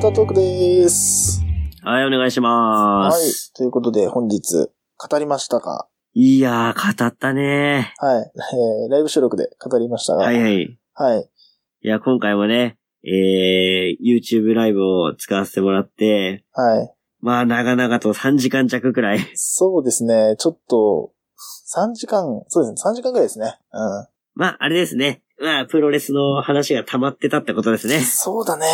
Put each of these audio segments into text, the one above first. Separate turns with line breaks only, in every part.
タートークです。
はい、お願いしま
はい
す。。
ということで、本日、語りましたか
い。いやー、語ったね
はい。えー、ライブ収録で語りました
ー。
が。
はいはい。い
はい。
や、今回もね、えー、YouTube ライブを使わせてもらって、
はい。
まあ、長々と3時間弱くらい。
そうですね。ちょっと、3時間、そうですね。3時間ぐらいですね。う
まあ、あれですね。まあ、プロレスの話が溜まってたってことです ね
ん。。そうだね。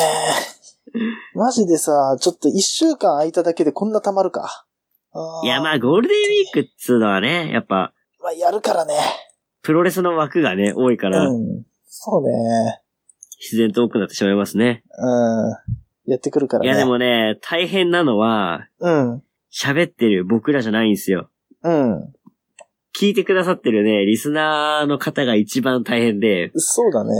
マジでさ、ちょっと1週間空いただけでこんな溜まるか。あー
いや、まあ、ゴールデンウィークっつうのはね、やっぱ、
まあ、やるからね。
プロレスの枠がね、多いから、
うん。そうね。
必然と多くなってしまいますね。
うん。やってくるから
い
ね。
や、でもね、大変なのは、
うん。
喋ってる僕らじゃないんですよ。
うん。
聞いてくださってるね、リスナーの方が一番大変で、
そうだね。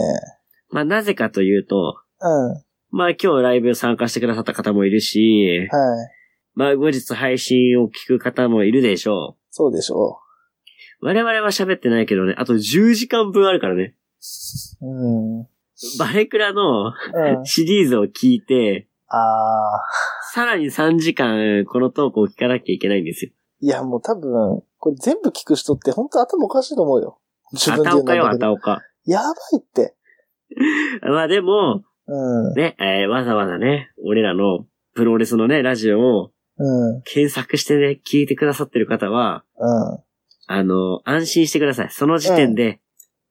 まあなぜかというと、
うん。
まあ今日ライブ参加してくださった方もいるし、
はい。
まあ後日配信を聞く方もいるでしょ
そうでしょ
う。我々は喋ってないけどね、あと10時間分あるからね、
う。うん。うん。
バレクラのシリーズを聞いて、
あー。
さらに3時間このトークを聞かなきゃいけないんですよ。
いや、もう多分、これ全部聞く人って本当頭おかしいと思うよ。自
あ
分で
た
言うの
おかよ、
も
あ
だけど
たおか。
やばいって。
まあでも、
うん。
ね、えーわざわざね、俺らのプロレスのね、ラジオを
うん。
検索してね、聞いてくださってる方は、
うん。
あの、安心してください。その時点で、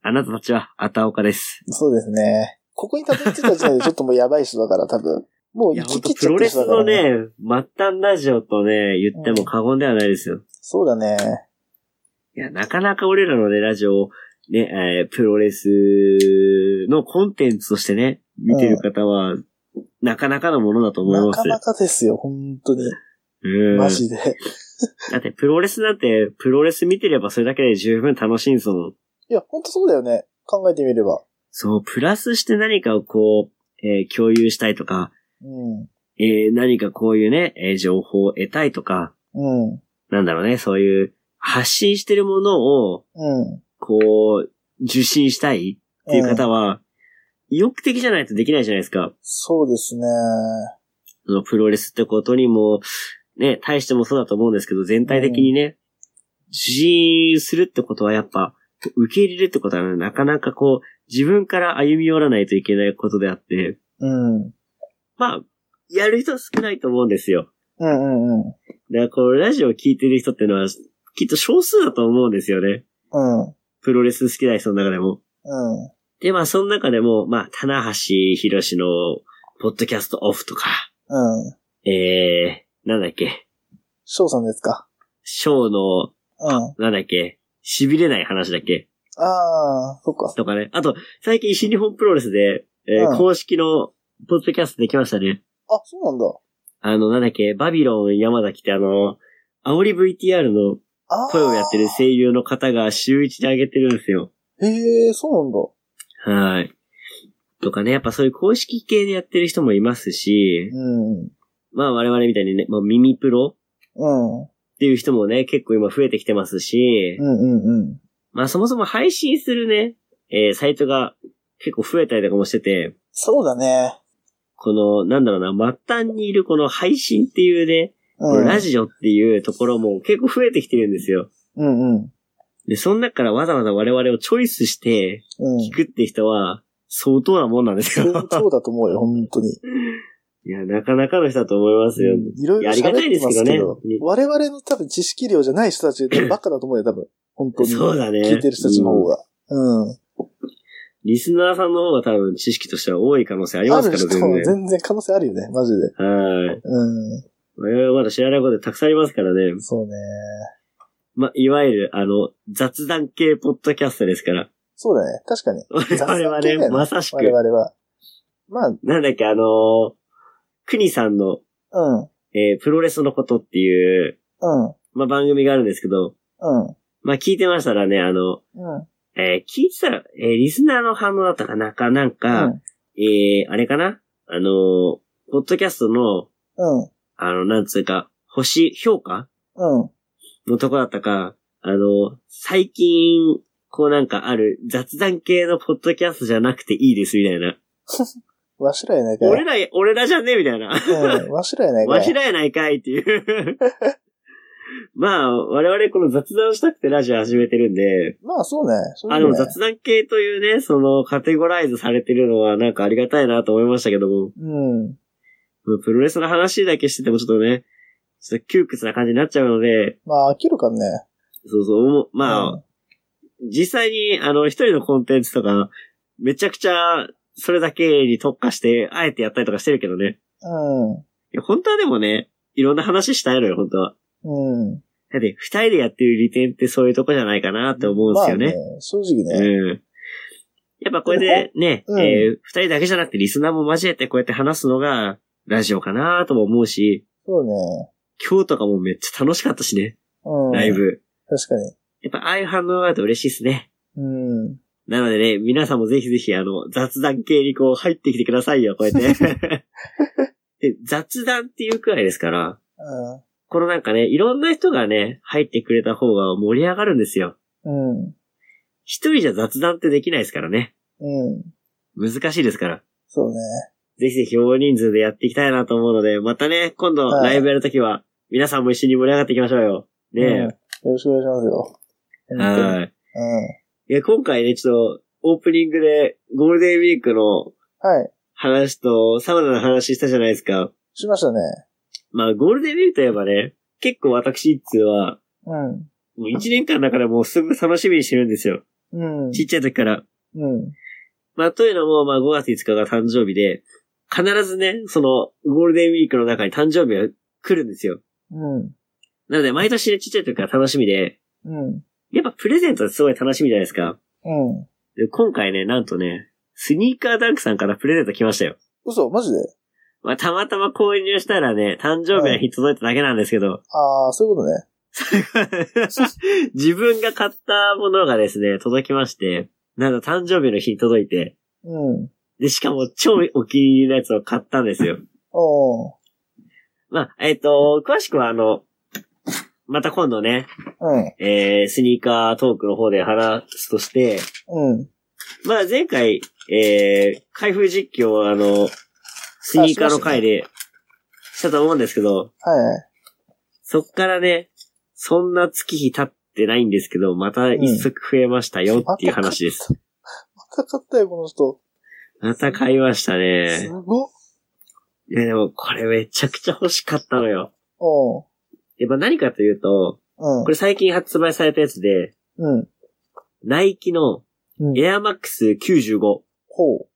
あなたたちは、あたおかです。
そうですね。ここにたどり着いた時点でちょっともうやばい人だから、多分。もう
いや、
行
ほん
き切っ
とプ
ちゃって
ロ
る
レ
人
ス
だから、
の
ね。
ね、末端ラジオとね、言っても過言ではないですよ。
そうだね。
いや、なかなか俺らのね、ラジオを、ね、えープロレスのコンテンツとしてね、見てる方は、なかなかのものだと思い
な
ま
か
す。
なかですよ、本当に。
うん。
マジで。
だって、プロレスなんて、プロレス見てればそれだけで十分楽しいんですもん。
いや、本当そうだよね。考えてみれば。
そう、プラスして何かをこう、えー共有したいとか、
うん。
えー何かこういうね、えー情報を得たいとか、
うん。
なんだろうね、そういう発信してるものを、
うん。
こう、受信したいっていう
うん
方は、意欲的じゃないとできないじゃないですか。
そうですね。
そのプロレスってことにも、ね、対してもそうだと思うんですけど、全体的にね、受信するってことはやっぱ、受け入れるってことはねなかなかこう、自分から歩み寄らないといけないことであって、
うん。うん
まあ、やる人は少ないと思うんですよ。
うんうん。
だからこのラジオを聞いてる人ってのは、きっと少数だと思うんですよね。
うん。
プロレス好きな人の中でも。
うん。
で、まあ、その中でも、まあ、棚橋博士の、ポッドキャストオフとか、
うん。
えー、なんだっけ、
翔さんですか。
ショーの、
うん。
なんだっけ、痺れない話だっけ、
ああ、そっか。
とかね。あと、最近新日本プロレスで、えー
うん
公式の、ポッドキャストできましたね。
あ、そうなんだ。
あの、なんだっけ、バビロン山崎ってあの、煽り VTR の
ああ。
声をやってる声優の方が週一で上げてるんですよ。
へえ、そう
はい。とかね、やっぱそういう公式系でやってる人もいますし、
なんだ。
まあ我々みたいにね、もう耳プロ
うん。うん。
っていう人もね、結構今増えてきてますし
う、んうんうん。
まあそもそも配信するね、えーサイトが結構増えたりとかもしてて、
そうだね。
この、なんだろうな、末端にいるこの配信っていうね、こ
う
の
ん。
ラジオっていうところも結構増えてきてるんですよ。
うんうん。
で、その中からわざわざ我々をチョイスして
うん
聞。くって人は相当なもんなんです
そう
よ。
そうだと思うよ、本当に。
いや、なかなかの人だと思いますよ。
いろいろ喋ってます
いやありがたいですけ
け
ど
ど
ね、
我々の多分知識量じゃない人たちばっかだと思うよ、多分。本当に。
そうだね。
聞いてる人たちの方が。うん。
リスナーさんの方が多分知識としては多い可能性ありま
あ
す
る
から、
人
全
は
然。
全然可能性あるよね、マジで。
はい。
うん。
我々はまだ知らないことたくさんありますからね。
そうね。
まあ、いわゆる、あの、雑談系ポッドキャストですから。
そうだね。確かに。談
我
系
々は
だよね
ね、まさしく、
我々は。まあ、
なんだっけ、あのー、くにさんの、
うん。
えープロレスのことっていう、
うん。
まあ、番組があるんですけど、
うん。
まあ、聞いてましたらね、あの、
うん。
えー聞いてたら、えーリスナーの反応だったかなか、なんか、
うん
えーあれかなあのーポッドキャストの、
うん。
あの、なんつうか、星評価
うん。
のとこだったか、あの、最近、こうなんかある雑談系のポッドキャストじゃなくていいですみたいな。
わしらやないかい。
俺ら、俺らじゃねえみたいな。
うん、わしらやないかい。
わしらやないかいっていう。 まあ、我々この雑談したくてラジオ始めてるんで、
まあそうね。そうね
あ、でも雑談系というね、そのカテゴライズされてるのはなんかありがたいなと思いましたけども、
うん。
プロレスの話だけしててもちょっとね、ちょっと窮屈な感じになっちゃうので、
まあ飽きるからね。
そうそう、もうまあ、
うん
実際にあの一人のコンテンツとか、めちゃくちゃそれだけに特化して、あえてやったりとかしてるけどね。いや本当はでもね、いろんな話したいのよ、本当は。
うん。うん。
だって、二人でやってる利点ってそういうとこじゃないかなって思うんですよね。
まあ正直ね。
うん。やっぱこれでね、
うん
えー二人だけじゃなくてリスナーも交えてこうやって話すのが、ラジオかなとも思うし、
そうね。
今日とかもめっちゃ楽しかったしね、
うん。
ライブ。
確かに。
やっぱああいう反応があると嬉しいですね。
うん。
なのでね、皆さんもぜひぜひあの、雑談系にこう入ってきてくださいよ、こう やって。で雑談っていうくらいですから、
あ
このなんかね、いろんな人がね、入ってくれた方が盛り上がるんですよ。
うん。
一人じゃ雑談ってできないですからね。
うん。
難しいですから。
そうね。
ぜひぜひ大人数でやっていきたいなと思うので、またね、今度
はい
ライブやるときは、皆さんも一緒に盛り上がっていきましょうよ。
うん。
ね
よろしくお願いしますよ。
え。
本当に
はい。
うん。
いや、今回ね、ちょっと、オープニングで、ゴールデンウィークの
はい。
話と、サウナの話したじゃないですか。
しましたね。
まあ、ゴールデンウィークといえばね、結構私一通は、
うん。
もう一年間だからもうすぐ楽しみにしてるんですよ。
うん。
ちっちゃい時から。
うん。
まあ、というのも、まあ、5月5日が誕生日で、必ずね、その、ゴールデンウィークの中に誕生日が来るんですよ。
うん。
なので、毎年ね、ちっちゃい時から楽しみで、
うん。
やっぱプレゼントってすごい楽しみじゃないですか。
うん。
で今回ね、なんとね、スニーカーダンクさんからプレゼント来ましたよ。
嘘マジで
まあ、たまたま購入したらね、誕生日の日届いただけなんですけど、
ああ、そういうことね。
自分が買ったものがですね、届きまして、なんと誕生日の日に届いて、
うん。
で、しかも超お気に入りのやつを買ったんですよ。
おー。
まあ、えっ、と、詳しくはあの、また今度ね、
うん。
えー、スニーカートークの方で話すとして、
うん。
まあ前回、えー、開封実況をあの、スニーカーの回でしたと思うんですけど、
はい。
そっからね、そんな月日経ってないんですけど、また一足増えましたよっていう話です。
また買ったよ、この人。
また買いました
す
ね。
ごっ。
いやでもこれめちゃくちゃ欲しかったのよ。
おー。
やっぱ何かというと、
うん
こ。れ最近発売されたやつで、
うん。
ナイキの
うん。
エアマックス95。
ほ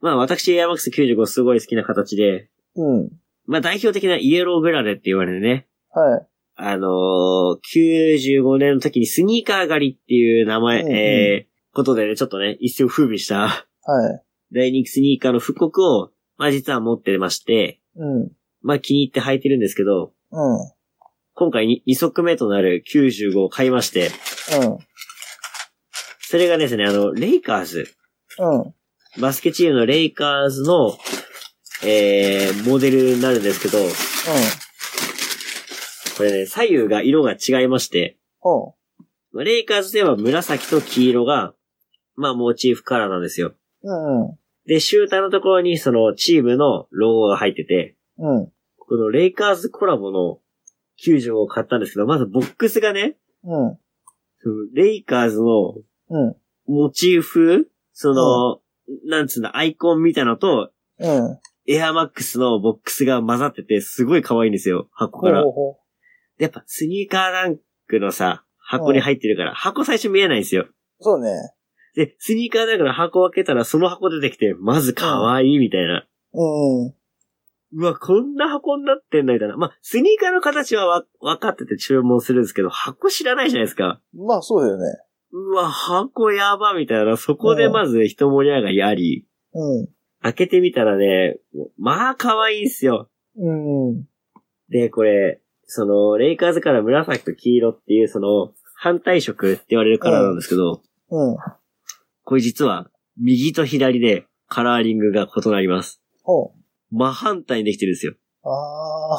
まあ私エアマックス95すごい好きな形で、
う。うん。
まあ代表的なイエローグラデって言われるね。
はい。
あのー、95年の時にスニーカー狩りっていう名前、
うんうん
えー、ことでね、ちょっとね、一世を風靡した
はい。
大人気スニーカーの復刻を、まあ実は持ってまして、
うん。
まあ気に入って履いてるんですけど、
うん。
今回に2足目となる95を買いまして、
うん。
それがですね、あの、レイカーズ、
うん。
バスケチームのレイカーズの、えー、モデルになるんですけど、これね、左右が色が違いまして、
ほ
まあレイカーズでは紫と黄色が、まあ、モチーフカラーなんですよ。
う。うん。うん。
で、シューターのところにそのチームのロゴが入ってて、
うん。
このレイカーズコラボの90を買ったんですけど、まずボックスがね、
うん。
そのレイカーズの
うん。
モチーフ、その、なんつうの、アイコンみたいなのと、
うん。
エアマックスのボックスが混ざってて、すごい可愛いんですよ、箱
ほ
から。
うほ
やっぱスニーカーランクのさ、箱に入ってるから、箱最初見えないんですよ。
う。そうね。
で、スニーカーだから箱を開けたらその箱出てきて、まず可愛いみたいな。
うん。
うわ、こんな箱になってんだみたいな。まあ、スニーカーの形はわ、分かってて注文するんですけど、箱知らないじゃないですか。
まあ、そうだよね。
うわ、箱やばみたいな。そこでまず一盛り上がりあり、
うん。
開けてみたらね、まあ可愛いんすよ。
うん。
で、これ、その、レイカーズから紫と黄色っていう、その、反対色って言われるカラーなんですけど、
うん。
これ実は、右と左でカラーリングが異なります。
ほ
真反対にできてるんですよ。
う。ああ。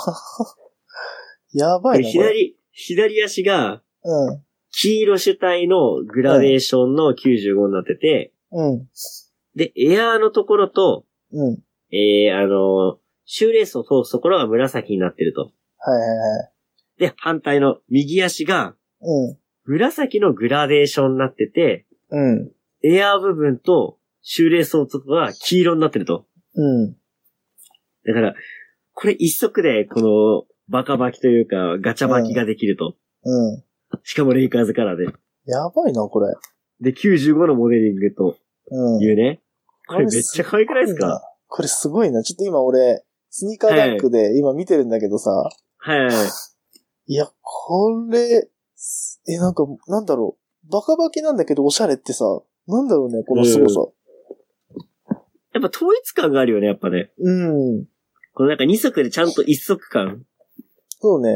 やばい
で
な、これ。
左、左足が
うん。
黄色主体のグラデーションの95になってて、
うん。
で、エアーのところと
うん。
えー、あの、シューレースを通すところが紫になってると。
はいはいはい。
で、反対の右足が
うん。
紫のグラデーションになってて、
うん。
エアー部分とシューレースのとこが黄色になってると。
うん。
だから、これ一足で、この、バカバキというか、ガチャバキができると。
うん。
しかもレイカーズカラーで。
やばいな、これ。
で、95のモデリングと
うん。
いうね。これめっちゃ可愛くないですか
これすごいな。ちょっと今俺、スニーカーダックで今見てるんだけどさ、
はいはいはい。
いや、これ、すえ、なんか、なんだろう。バカバキなんだけど、おしゃれってさ、なんだろうね、この凄さ。
やっぱ統一感があるよね、やっぱね。
うん。
このなんか二足でちゃんと一足感。
そうね。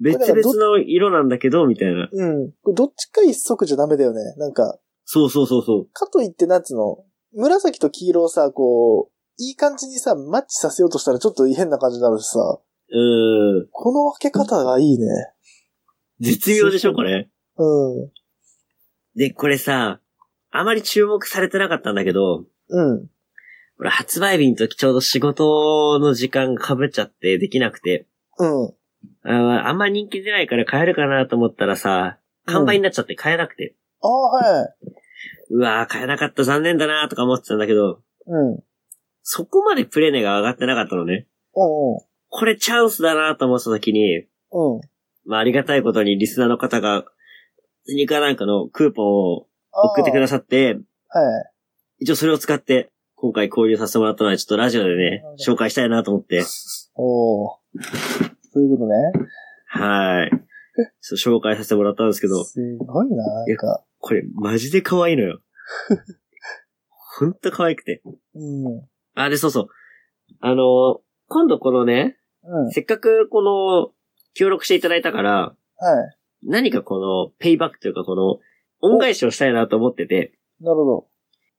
別々の色なんだけど、みたいな。
うん。これどっちか一足じゃダメだよね。なんか、
そうそうそうそう。
かといって、なんつうの、紫と黄色をさ、こう、いい感じにさ、マッチさせようとしたらちょっと変な感じになるしさ、
うーん。
この分け方がいいね。
絶妙でしょ、これ。
うん。
で、これさ、あまり注目されてなかったんだけど、
うん。
俺発売日の時ちょうど仕事の時間が被っちゃってできなくて、
うん。
あーあんま人気出ないから買えるかなと思ったらさ、完売になっちゃって買えなくて、
ああ、はい。
うわー買えなかった残念だなーとか思ってたんだけど、
うん。
そこまでプレネが上がってなかったのね。
うん
これチャンスだなと思ってた時に、
うん。うん。
まあありがたいことにリスナーの方が、スニーカーなんかのクーポンを送ってくだ
さ
さって、
い。はい。
一応それを使って、今回交流させてもらったので、ちょっとラジオでね
なる、ほ
紹介したいなと思って。
おお。そういうことね。
はい。ちょっと紹介させてもらったんですけど、
すごいな、なんか。
これマジで可愛いのよ。ほんと可愛くて。
うん。うん。
あ、で、そうそう。あの、今度このね、
はい。
せっかくこの、協力していただいたから、何かこの、ペイバックというかこの、恩返しをしたいなと思ってて、
なるほど。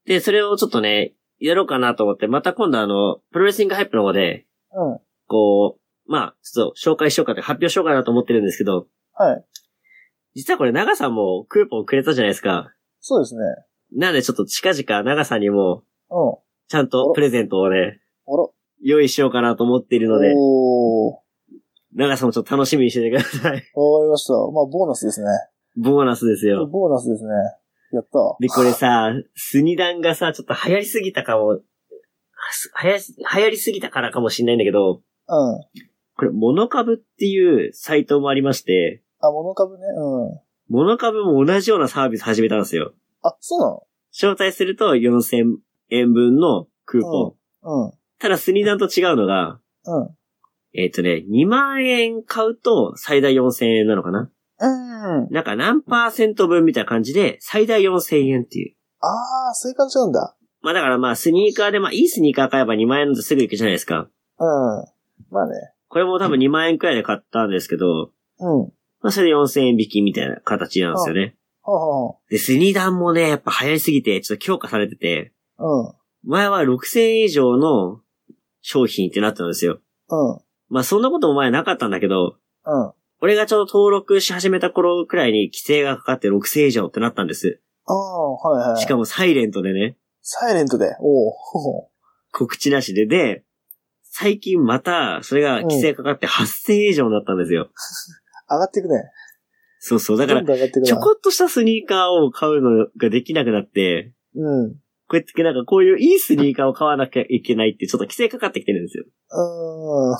で、それをちょっとね、やろうかなと思って、また今度あの、プロレスリングハイプの方で、
うん。
こう、まあ、ちょっと紹介しようかと、発表しようかなと思ってるんですけど、
はい。
実はこれ長さんもクーポンくれたじゃないですか。
そうですね。
なのでちょっと近々長さんにも、
うん。
ちゃんとプレゼントをね、
あら。
用意しようかなと思っているので、
おお。
長さんもちょっと楽しみにしててください。
わかりました。まあ、ボーナスですね。
ボーナスですよ。
ボーナスですね。やった。
で、これさ、スニダンがさ、ちょっと流行りすぎたかも、す流行り流行りすぎたからかもしれないんだけ
うん。
ど、これ、モノカブっていうサイトもありまして、
あ、モノ株ね。うん。
モノカブも同じようなサービス始めたんですよ。
あ、そう
招待すると4000円分のクーポン。
なの
ただ、スニーダンと違うのが、
うん。うん。
えっ、とね、2万円買うと最大4000円なのかな
うん。
なんか何パーセント分みたいな感じで、最大4000円っていう。
ああ、そういう感じなんだ。
まあだからまあ、スニーカーで、まあいいスニーカー買えば2万円のすぐ行くじゃないですか。
うん。まあね。
これも多分2万円くらいで買ったんですけど、
うん。は
まあそれで4000円引きみたいな形なんですよね。
あは
で、スニーダンもね、やっぱ流行りすぎて、ちょっと強化されてて、
あはあ
前は6000円以上の商品ってなったんですよ。
うん。うん。
まあそんなことも前なかったんだけど、
うん。
俺がちょうど登録し始めた頃くらいに規制がかかって6000以上ってなったんです。
ああ、はいはい。
しかもサイレントでね、
サイレントで。おお。ほほ
告知なしで、で、最近またそれが規制かかって8000以上になったんですよ。
上がっていくね。
そうそう。だ
ど
から
ん、どん上がっていく
ちょ
な。
こっとしたスニーカーを買うのができなくなって、
うん。う
こうやってなんかこういういいスニーカーを買わなきゃいけないってちょっと規制かかってきてるんですよ。
ーん。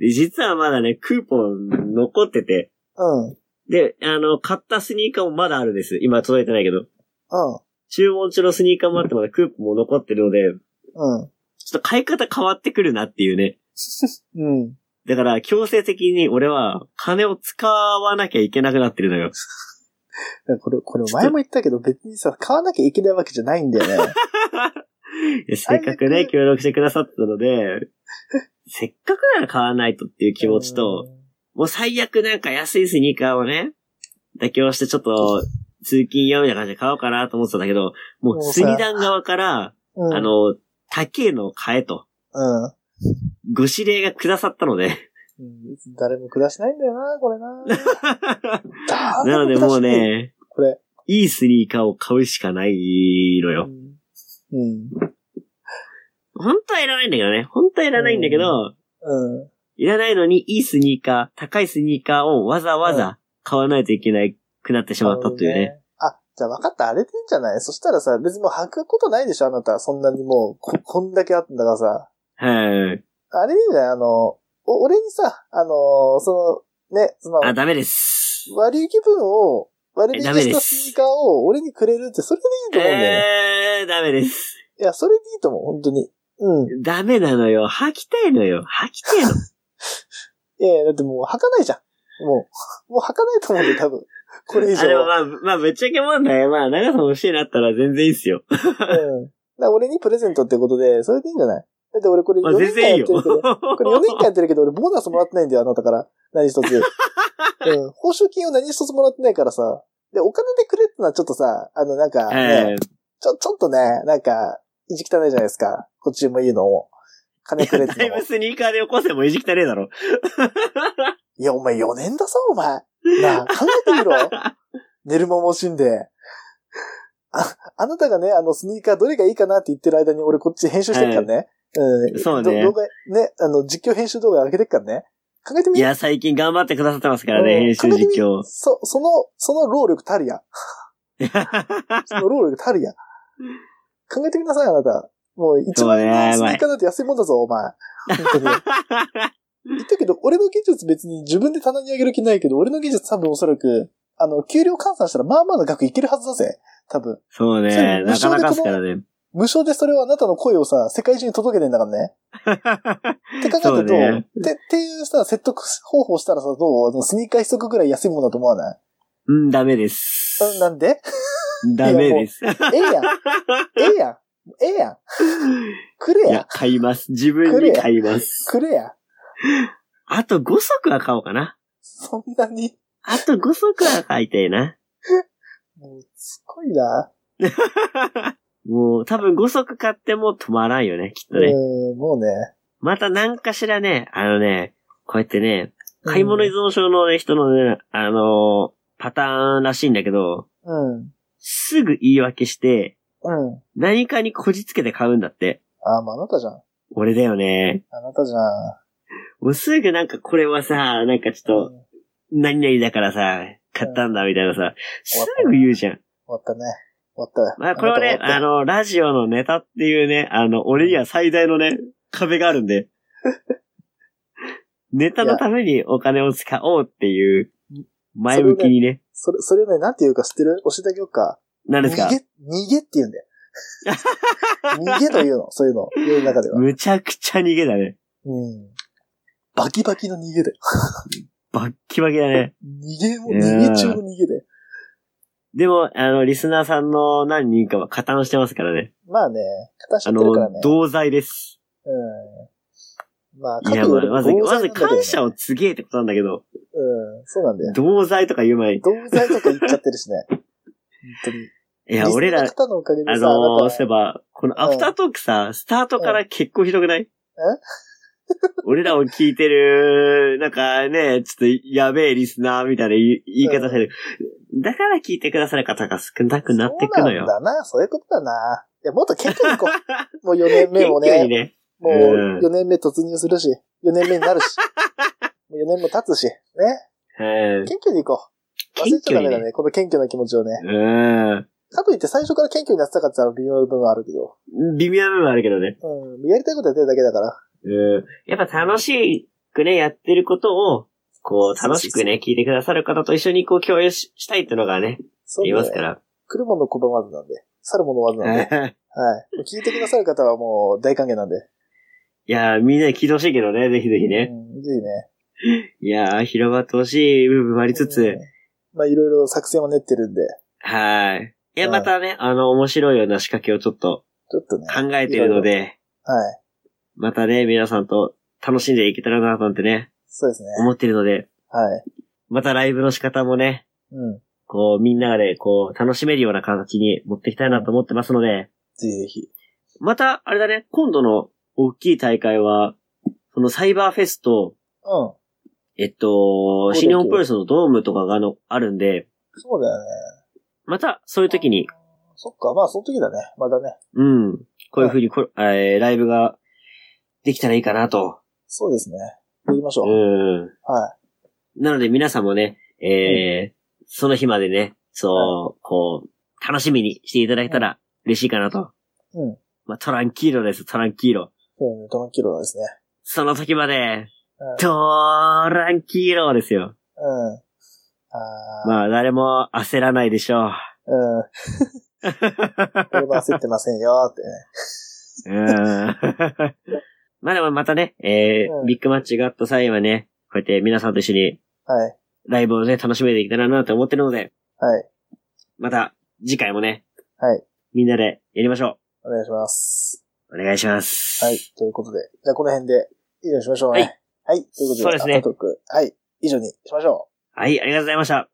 で、実はまだね、クーポン残ってて、
うん。うん。
で、あの、買ったスニーカーもまだあるんです。今届いてないけど。注文中のスニーカーもあってまだクーポンも残ってるので、
うん。
ちょっと買い方変わってくるなっていうね。
うん。
だから強制的に俺は金を使わなきゃいけなくなってる のよ。
だからこれ、これ前も言ったけど別にさ、買わなきゃいけないわけじゃないんだよね。
いやせっかく
最
ね、
悪
協力してくださったの で、せっかくなら買わないとっていう 気持ちと、もう最悪なんか安いスニーカーをね、妥協してちょっと通勤用みたいな感じで買おうかなと思ってたんだけど、もうスニダン側から、
うん、
あの、高えのを買えと、
うん、
ご指令がくださった ので、
うん。誰も下しないんだよな、これな。
な
な
のでもう。ね、
これ。
いいスニーカーを買うしかないの
う
よ。
ん。うん
本当はいらないんだけどね。本当はいらないんだけど、
うん。
いらないのに、いいスニーカー、高いスニーカーをわざわざ買わないといけないくなってしまったというね。。
あ、じゃあ分かった、荒れてんじゃないそしたらさ、別にもう履くことないでしょあなた。そんなにもう、こ、こんだけあったんだからさ。
はい。
あれでいいんじゃないあの、お、俺にさ、あの、その、ね、その、
あ、ダメです。
悪い気分を、悪い気
ダメ
し
で
た
す
スニーカーを俺にくれるって、それでいいと思うんだよね。
えー、ダメです。
いや、それでいいと思う、本当に。うん。
ダメなのよ。履きたいのよ。履きたいの。
いやいや、だってもう履かないじゃん。もう、 もう履かないと思うんだよ、多分。これ以上
あ、でも
は。
まあ、まあ、ぶっちゃけ問題、まあ、長さん欲しいなったら全然いいっすよ。
うん。だから俺にプレゼントってことで、それでいいんじゃないだって俺これ
まあ、
4年
全
間
然
や
いい
って
よ。
るけど、これ4年間 やってるけど、俺ボーナスもらってないんだよ、あなたから。何一つ。うん。報酬金を何一つもらってないからさ。で、お金でくれってのはちょっとさ、あの、なんか、ね、
えー
ちょ、ちょっとね、なんか、意地汚いじゃないですか。こっちも言うのも。金くれって
だい
のも
ぶ。スニーカーで起こせもいじきたねえだろ。
いや、お前4年だぞ、お前。なあ、考えてみ ろ。寝る間も惜しんで。あ、あなたがね、あの、スニーカーどれがいいかなって言ってる間に俺こっち編集してるからね。うん。
そうね
ど動画、ね、あの、実況編集動画上げてるからね。考えてみ
いや、最近頑張ってくださってますからね、編集実況。
そ、 その、その労力たる や。その労力たるや。考えてみなさい、あなた。もう一万円のス
そうね
ニーカーなんて安いもんだぞ、お前。 本当に。言ったけど、俺の技術別に自分で棚に上げる気ないけど、俺の技術多分おそらく、あの、給料換算したらまあまあの額いけるはずだぜ。多分。
そう
そ
ね、
れ
なかなかっすからね。
無償でそれはあなたの声をさ、世界中に届けてんだからね。って考え
そう
ると、
ね
て、っていうさ、説得方法したらさ、どうあのスニーカー一足ぐらい安いもんだと思わない
うん、ダメです。
うん、なんで
ダメです。
ええやん。ええやん。ええやん。くれ
い
や
や、。買います。自分に買います。
くれや。
あと5足は買おうかな。
そんなに。
あと5足は買いたいな。
もう、すごいな。
もう、多分5足買っても止まらんよね、きっとね。
うん、もうね。
また何かしらね、あのね、こうやってね、買い物依存症のね、人のね、あのーパターンらしいんだけど、
うん。
すぐ言い訳して、
うん。
何かにこじつけて買うんだって。
あ、まあ、あなたじゃん。
俺だよね。
あなたじゃん。
もうすぐなんかこれはさ、なんかちょっと、
終
何々だからさ、買ったんだみたいなさ、すぐ言うじゃん。
わったね。終わった。
まあこれはね、あ、の、ラジオのネタっていうね、あの、俺には最大のね、壁がある んで。ネタのためにお金を使おうっていう、前向きにね。
それ、それね、なんて言うか知ってる教えてあげようか。
何です
逃
か
げ、逃げって言うん だよ。逃げというの、そういうの。世の中では。
むちゃくちゃ逃げだね。
うん。バキバキの逃げで。
バッキバキだね。
逃げも、
いやー
逃げ中の逃げで。
でも、あの、リスナーさんの何人かは加担してますからね。
まあね、形し
あ
ってるから
の
ね、。
同罪です。
うん。まあ、
いや、
各
まあ
々
まず、
同罪
まず
なんだけどね
感謝を告げえってことなんだけど、
うん、そうなんだよ。
同罪とか言う前に。
同罪とか言っちゃってるしね。本当に。
い
い
や、俺ら、
方のおかげで
あ
さ、あ
のー、
な
そ
た
ういえば、このアフタートークさ、スタートから結構ひどくない 俺らを聞いてる、なんかね、ちょっとやべえリスナーみたいな言い言い方してる。だから聞いてくださる方が少なくなってくのよ。
そうなんだな、そういうことだな。いや、もっと謙虚に行こ う。もう4年目も
謙
ね
虚に、ね。
も
うん
う4年目突入するし、4年目になるし、 もう4年も経つし、ね。
うん
謙虚に行こう。忘れちゃダメだね、。この謙虚な気持ちをね。
うん。
かといって最初から謙虚になってたかって言ったら微妙な部分はあるけど。
微妙な部分はあるけどね。
うん。やりたいことやってるだけだから。
うん。やっぱ楽しくね、やってることを、こう、楽しくね、聞いてくださる方と一緒にこう共有ししたいってのがね、
そう
言い
ね
ますから。
来るもの拒まずなんで。去るものわずなんで。はい。聞いてくださる方はもう大歓迎なんで。
いやー、みんなに聞いてほしいけどね、ぜひぜひね。
うん。ぜひね。
いやー、広まってほしい部分もありつ
うん
つ、。
まあいろいろ作戦を練ってるんで、
はーい。いや、
うん
またね、あの、面白いような仕掛けをちょっと
ちょっとね。
考えているので、
はい。
またね、皆さんと楽しんでいけたらな、なんてね、
そうですね。
思ってるので、
はい。
またライブの仕方もね、
うん。
こう、みんなで、こう、楽しめるような形に持っていきたいなと思ってますので、
ぜひぜひ。
また、あれだね、今度の大きい大会は、そのサイバーフェスと、
うん。
えっと、
うだっけ
新日本プロレスのドームとかがあのあるんで、
そうだよね。
また、そういう時に
そっか、まあその時だね。まだね。
うん。こういう風にこ、えーライブができたらいいかなと。
そうですね。やりましょう。
うん。
はい。
なので皆さんもね、えーその日までね、そう、こう、楽しみにしていただけたら嬉しいかなと。
うん。
まあ、トランキーロです、トランキーロ。
そうね、トランキーロですね。
その時まで
うん、
トランキーロですよ。
うん。あー、
まあ、誰も焦らないでしょう。
うん。 俺も焦ってませんよ、ってね。
うん まあでもまたね、えー
うん
ビッグマッチがあった際はね、こうやって皆さんと一緒に
はい。
ライブをね、楽しめていけたらなと思ってるので、
はい。
また次回もね、
はい。
みんなでやりましょ
お願いします。
う。お願いします。
はい。ということで、じゃあこの辺で、以上にしましょうね。はい。ということで、
そうですね
アフタートーク。はい。以上にしましょう。
はい、ありがとうございました。